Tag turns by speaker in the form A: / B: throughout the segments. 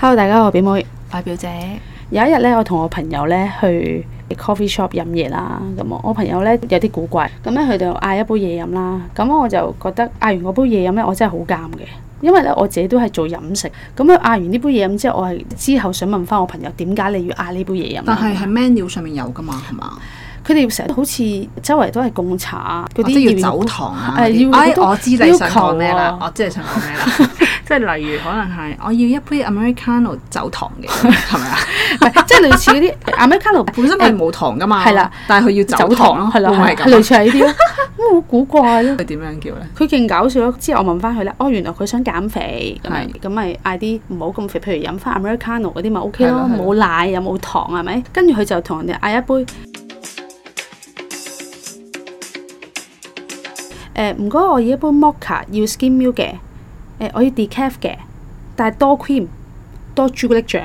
A: Hello，大家好，我表妹。
B: 我係表姐，
A: 有一日咧，我同我朋友咧去 coffee shop 飲嘢啦。咁我我朋友咧有啲古怪，咁咧佢就嗌一杯嘢飲啦。咁我就覺得嗌完嗰杯嘢飲咧，我真係好尷嘅，因為咧我自己都係做飲食。咁佢嗌完呢杯嘢飲之後，我係之後想問翻我朋友點解你要嗌呢杯嘢飲啦？啊
B: 但啊係喺 menu 上面有噶嘛，係嘛？
A: 佢哋成日好似周圍都係貢茶啊嗰
B: 嗰
A: 啲
B: 啲要走堂 啊
A: 誒
B: 嗰啲，
A: 要
B: 哎
A: 好多
B: 我知你想講咩
A: 要求
B: 啦
A: 啊，
B: 我知你想講咩啦， 即係例如可能係我要一杯 Americano 走堂嘅， 係咪啊？
A: 唔係即係類似嗰 啲呃 Americano
B: 本身係冇糖噶嘛，
A: 係啦，
B: 但係佢要走堂咯，
A: 係啦，
B: 會唔會係
A: 係
B: 咁
A: 類
B: 啊？
A: 似係呢啲咯，咁好古怪啊咯。
B: 佢點樣叫咧？
A: 佢勁搞笑咯！之後我問翻佢咧，哦，原來佢想減肥咁樣
B: 係
A: 咁咪嗌啲唔好咁肥，譬如飲翻 Americano 嗰啲咪 OK 咯，
B: 係咯係咯
A: 冇奶又冇糖係咪？跟住佢就同人哋嗌一杯。誒唔該，我要一杯 mocha，要 skim milk 嘅，誒、我要 decaf 嘅，但係多 cream 多朱古力醬，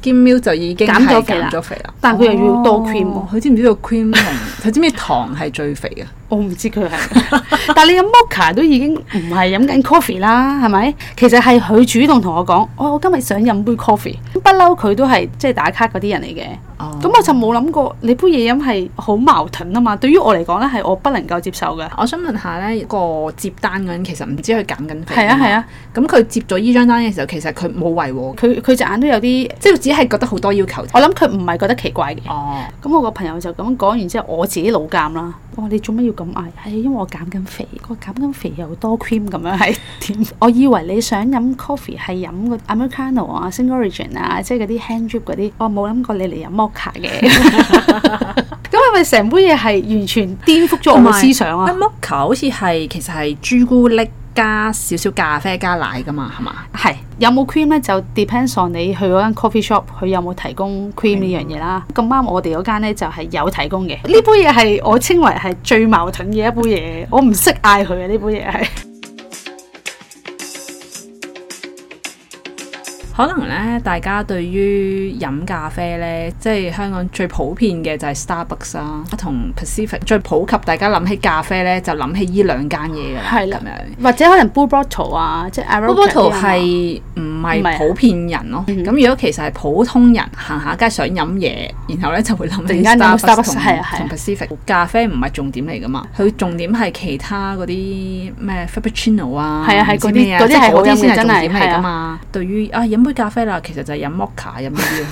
B: 兼 milk 就已經
A: 減咗
B: 係
A: 肥啦
B: 減咗肥啦，
A: 但佢又要多 cream 喎
B: 哦佢知唔知道 cream 同佢知唔知糖係最肥嘅？
A: 我唔知佢係， 但係你飲 mocha 都已經唔係飲緊 coffee 啦，係咪？其實係佢主動同我講，哦我、我今日想飲杯 coffee，不嬲佢都係即係打卡嗰啲人嚟嘅。
B: 哦
A: 咁、我就冇諗過你杯嘢飲係好矛盾啊嘛。對於我嚟講咧，係我不能夠接受嘅。
B: 我想問下咧，個接單嗰人其實唔知佢減緊肥，
A: 係啊係啊，
B: 咁佢接咗依張單嘅時候，其實佢冇違和，
A: 佢佢隻眼都有啲，
B: 即係只係覺得好多要求。
A: 我諗佢唔係覺得奇怪嘅。
B: 哦，
A: 咁我個朋友就咁講完之後，我自己老尷啦。我話你做乜要咁嗌？係、因為我減緊肥，個減緊肥又多 cream 咁樣係點？我以為你想飲 coffee 係飲個 Americano 啊、Single Origin 啊，即係嗰啲 hand drip 嗰啲。我冇諗過你嚟飲 mocha 嘅。咁係咪成杯嘢係完全顛覆咗我嘅思想啊？
B: 摩卡好似係其實係朱古力加少少咖啡加奶噶嘛，係嘛？
A: 係有冇 cream 咧，就 depends on 你去嗰間 coffee shop 佢有冇提供 cream 呢樣嘢啦。咁啱我哋嗰間咧就係有提供嘅。呢杯嘢係我稱為係最矛盾嘅一杯嘢，我唔識嗌佢嘅呢杯嘢係。
B: 可能咧，大家對於飲咖啡咧，即係香港最普遍嘅就係 Starbucks 啦，同 Pacific 最普及。大家諗起咖啡咧，就諗起依兩間嘢㗎啦。
A: 係啦
B: 咁樣。
A: 或者可能 blue bottle 啊，即係 a r
B: b
A: o
B: o t t l 係唔
A: 唔係啊
B: 係普遍人咯？咁如果其實係普通人行下街想飲嘢，然後咧就會諗起
A: 突然間諗
B: Starbucks
A: Starbucks，係啊係啊
B: 同同 Pacific 咖啡唔係重點嚟噶嘛，佢重點係其他嗰啲咩 Frappuccino 啊，
A: 係啊係
B: 唔知咩啊
A: 嗰啲
B: 即
A: 嗰啲
B: 係
A: 係好飲嘅
B: 先係
A: 真
B: 重
A: 係
B: 點嚟噶嘛。對於啊飲杯咖啡啦，其實就係飲 mocha 飲呢啲咯。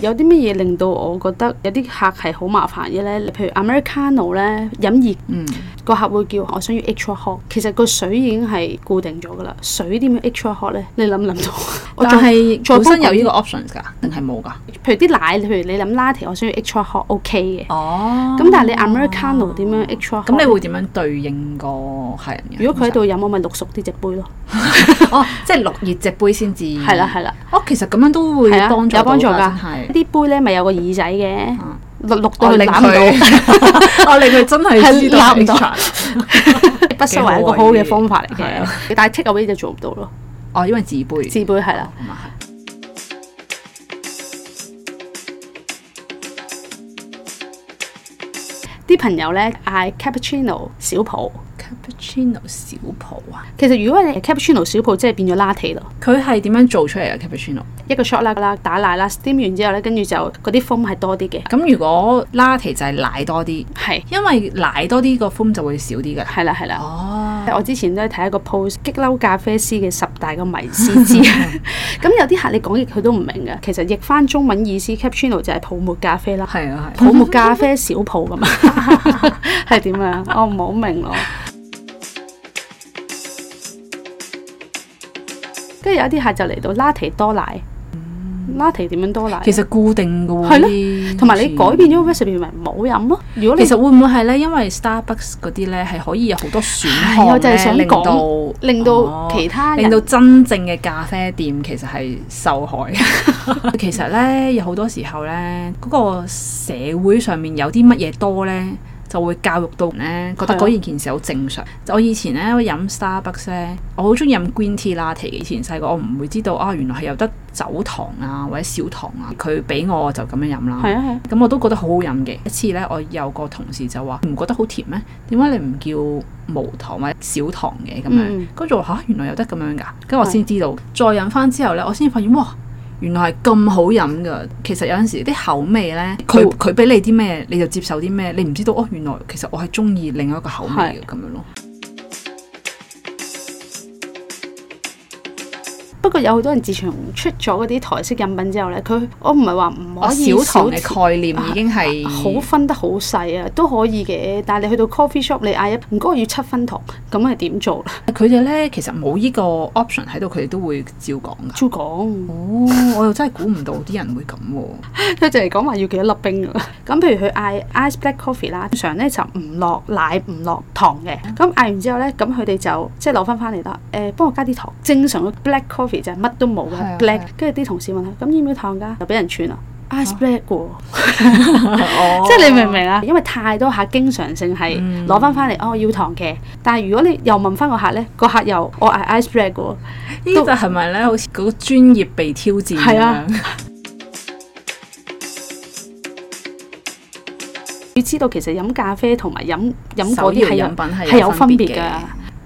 A: 有啲乜嘢令到我覺得有啲客係好麻煩嘅咧？譬如 Americano 咧，飲熱
B: 嗯，
A: 個客會叫我想要 extra hot，其實個水已經係固定咗噶啦，水點樣 extra hot 咧？你諗唔諗到？ 我
B: 但
A: 仲
B: 係
A: 再
B: 本身
A: 煲滾
B: 有呢個 options 㗎，定係冇㗎？
A: 譬如啲奶，譬如你諗 latte，我想要 extra hot OK 嘅。
B: 哦
A: 咁但係你 Americano 點樣 extra hot？
B: 咁你會點樣對應個客人嘅？
A: 如果佢喺度飲，我咪綠熟啲隻杯咯。
B: 哦，即係落熱隻杯先至
A: 係啦係啦，
B: 哦，其實咁樣都會
A: 係啊
B: 幫助
A: 有幫助
B: 㗎，
A: 㗎
B: 真係。
A: 啲杯咧咪有個耳仔嘅
B: 嗯，
A: 綠綠到
B: 我
A: 佢
B: 令
A: 攬唔到，
B: 佢，哦我令佢真係知道
A: 係攬唔到
B: extra
A: 不失為一個好嘅方法嚟
B: 幾好啊呢啲
A: 嘅。但係 take away 就做唔到咯，
B: 哦，因為自杯。
A: 自杯係啦。
B: 咁啊係
A: 啲朋友咧嗌 cappuccino 小泡，
B: cappuccino 小泡啊，
A: 其實如果你 cappuccino 小泡，即係變咗 latte 咯。
B: 佢係點樣做出嚟嘅 cappuccino？
A: 一個 shot 啦啦，打奶啦，steam 完之後咧，跟住就嗰啲 foam 係多啲嘅，
B: 咁如果 latte 就係奶多啲，
A: 係
B: 因為奶多啲個 foam 就會少啲㗎。
A: 係啦係啦。
B: 哦，
A: 我之前都係睇一個 post 激嬲咖啡師嘅十大個迷思之 一，咁有啲客你講譯佢都唔明嘅。其實譯翻中文意思，cappuccino 就係泡沫咖 啡啦，
B: 係啊係。
A: 泡沫咖啡小泡咁啊， 係點啊？我唔好明咯。跟住有一啲客就嚟到拉提多奶，拉提點樣多奶？
B: 其實固定㗎
A: 係
B: 喎，
A: 咯
B: 呢啲
A: 同埋你改
B: 好似
A: 變咗個 recipe 咪唔好飲咯。如果你
B: 其實會唔會係咧？因為 Starbucks 嗰啲咧係可以有好多選項
A: 係
B: 咧，
A: 我就係想
B: 令
A: 講
B: 到
A: 令到
B: 哦
A: 其他人
B: 令到真正嘅咖啡店其實係 受害。其實咧有好多時候咧，嗰、個社會上面有啲乜嘢多咧，就會教育到咧覺得
A: 係啊
B: 嗰件事好正常。我以前咧會飲 Starbucks 咧，我好中意飲 green tea latte 嘅。以前細個我唔會知道啊，原來係有得走糖啊或者少糖啊，佢俾我我就咁樣飲啦。
A: 係啊係啊，
B: 咁我都覺得好好飲嘅。一次呢，我有個同事就話：唔覺得好甜咩？點解你唔叫無糖或者少糖嘅咁樣
A: 嗯？
B: 跟住我話嚇，原來有得咁樣㗎。跟住我先知道，再飲翻之後呢，我先發現哇！原來係咁好飲㗎，其實有陣時啲口味呢，佢佢俾你啲咩，你就接受啲咩，你唔知道哦。原來其實我係中意另外一個口味嘅咁樣咯。
A: 不過有好多人自從出咗嗰啲台式飲品之後咧，佢我唔係話唔
B: 我
A: 可以
B: 少啊糖
A: 甜
B: 哦嘅概念已經係
A: 好分得好細啊，都可以嘅。但係你去到 coffee shop，你嗌一唔該我要七分糖，咁係點 做咧？
B: 佢哋呢，其實冇呢個 option 喺度，佢哋都會照講㗎。
A: 照講，
B: 哦， 我又真係估唔到啲人會咁喎、
A: 佢就係講話要幾多粒冰㗎啦。咁譬如佢嗌 ice black coffee 啦，通常咧就唔落奶唔落糖嘅。
B: 嗯
A: 咁嗌完之後咧，咁佢哋就即係攞翻翻嚟啦。誒、幫我加啲糖。正常嘅 black coffee 就係乜都冇
B: 係啊
A: 嘅
B: 係
A: black
B: 啊。
A: 跟住啲同事問佢：咁要唔要糖㗎？就俾人串啦。ice black 喎，
B: 哦
A: 即係你明唔明啊？因為太多客經常性係
B: 嗯
A: 攞翻翻嚟，哦要糖嘅。但係如果你又問翻個客咧，個客又我嗌 ice black 喎。
B: 呢就係咪咧？好似嗰個專業被挑戰咁
A: 係啊
B: 樣。
A: 要知道其實飲咖啡同埋飲飲嗰啲
B: 手搖
A: 係有
B: 飲品係
A: 係有分別
B: 嘅
A: 㗎。。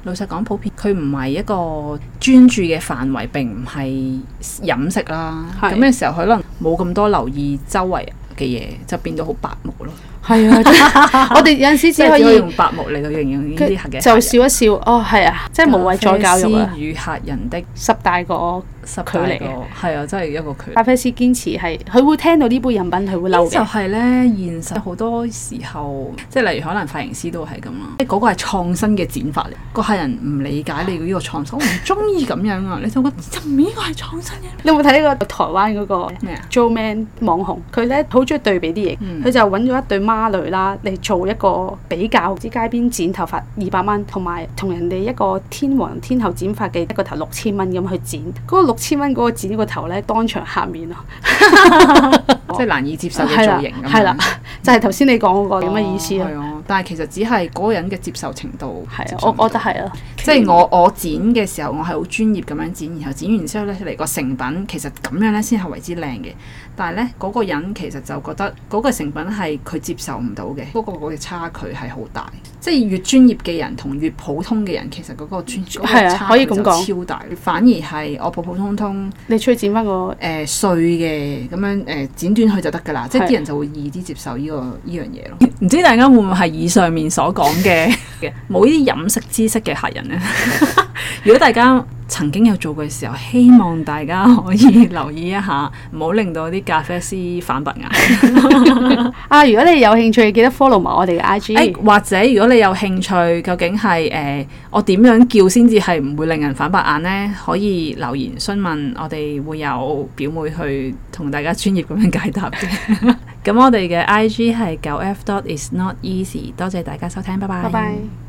B: 老實講，普遍佢唔係一個專注嘅範圍，並唔係飲食啦。
A: 係
B: 咁嘅時候，可能冇咁多留意周圍嘅嘢，就變到好白目咯。
A: 係 啊，真係我哋有陣時
B: 即
A: 只
B: 係
A: 可
B: 只可以
A: 以
B: 用白目嚟到形容呢啲客嘅客人。
A: 就笑一笑，哦係啊，即係無謂再教育
B: 咖
A: 啊
B: 啡。師與客人的
A: 十大個
B: 十大
A: 距離
B: 個係啊，真係一個距離。
A: 咖啡師堅持係，佢會聽到呢杯飲品佢會嬲
B: 呢就
A: 嘅，
B: 係咧，現實好多時候，即係例如可能髮型師都係咁啦，即係嗰個係創新嘅剪法嚟，個客人唔理解你呢個創新，我唔中意咁樣啊，你就覺得就唔應該係創新嘅
A: 你有冇睇過台灣嗰個
B: 咩啊？
A: Joe Man 網紅？佢咧好中意對比啲嘢，
B: 嗯
A: 佢就揾咗一對孖女啦嚟做一個比較，之街邊剪頭髮二百蚊，同埋同人哋一個天王天后剪髮嘅一個頭六千蚊咁去剪，嗰、個六千蚊嗰個剪個頭咧當場黑面咯。
B: 即係難以接受嘅造型咁樣
A: 哦係啦，就係頭先你講嗰個咁嘅意思
B: 哦
A: 啊。
B: 係啊，但係其實只係嗰個人嘅接受程度。
A: 係
B: 接
A: 啊，
B: 受唔
A: 我
B: 到
A: 我覺得係啊，
B: 即係我我剪嘅時候，我係好專業咁樣剪，然後剪完之後咧嚟個成品，其實咁樣咧先係為之靚嘅。但係咧嗰個人其實就覺得嗰個成品係佢接受唔到嘅，嗰、個嘅差距係好大。即係越專業嘅人同越普通嘅人，其實嗰個專
A: 係
B: 嗰個
A: 啊
B: 差
A: 可
B: 距
A: 以
B: 就
A: 咁講
B: 超大。反而係我普普通通
A: 你出去剪翻個
B: 誒、呃碎嘅咁樣誒、呃剪短佢就得㗎啦，即係
A: 係
B: 啲人就會易啲接受呢、個呢樣嘢咯。 唔知大家會唔會係以上面所講嘅嘅冇呢啲飲食知識嘅客人呢？ 如果大家曾經有做過嘅時候，希望大家可以留意一下，唔好令到啲咖啡師反白眼。
A: 啊！如果你有興趣，記得 follow 埋我哋嘅 IG。
B: 誒或者如果你有興趣，究竟係誒、呃我點樣叫先至係唔會令人反白眼呢？可以留言詢問，我哋會有表妹去同大家專業咁樣解答 嘅。咁我哋嘅 I G 係九 F dot is not easy，多謝大家收聽，拜拜。
A: 拜拜。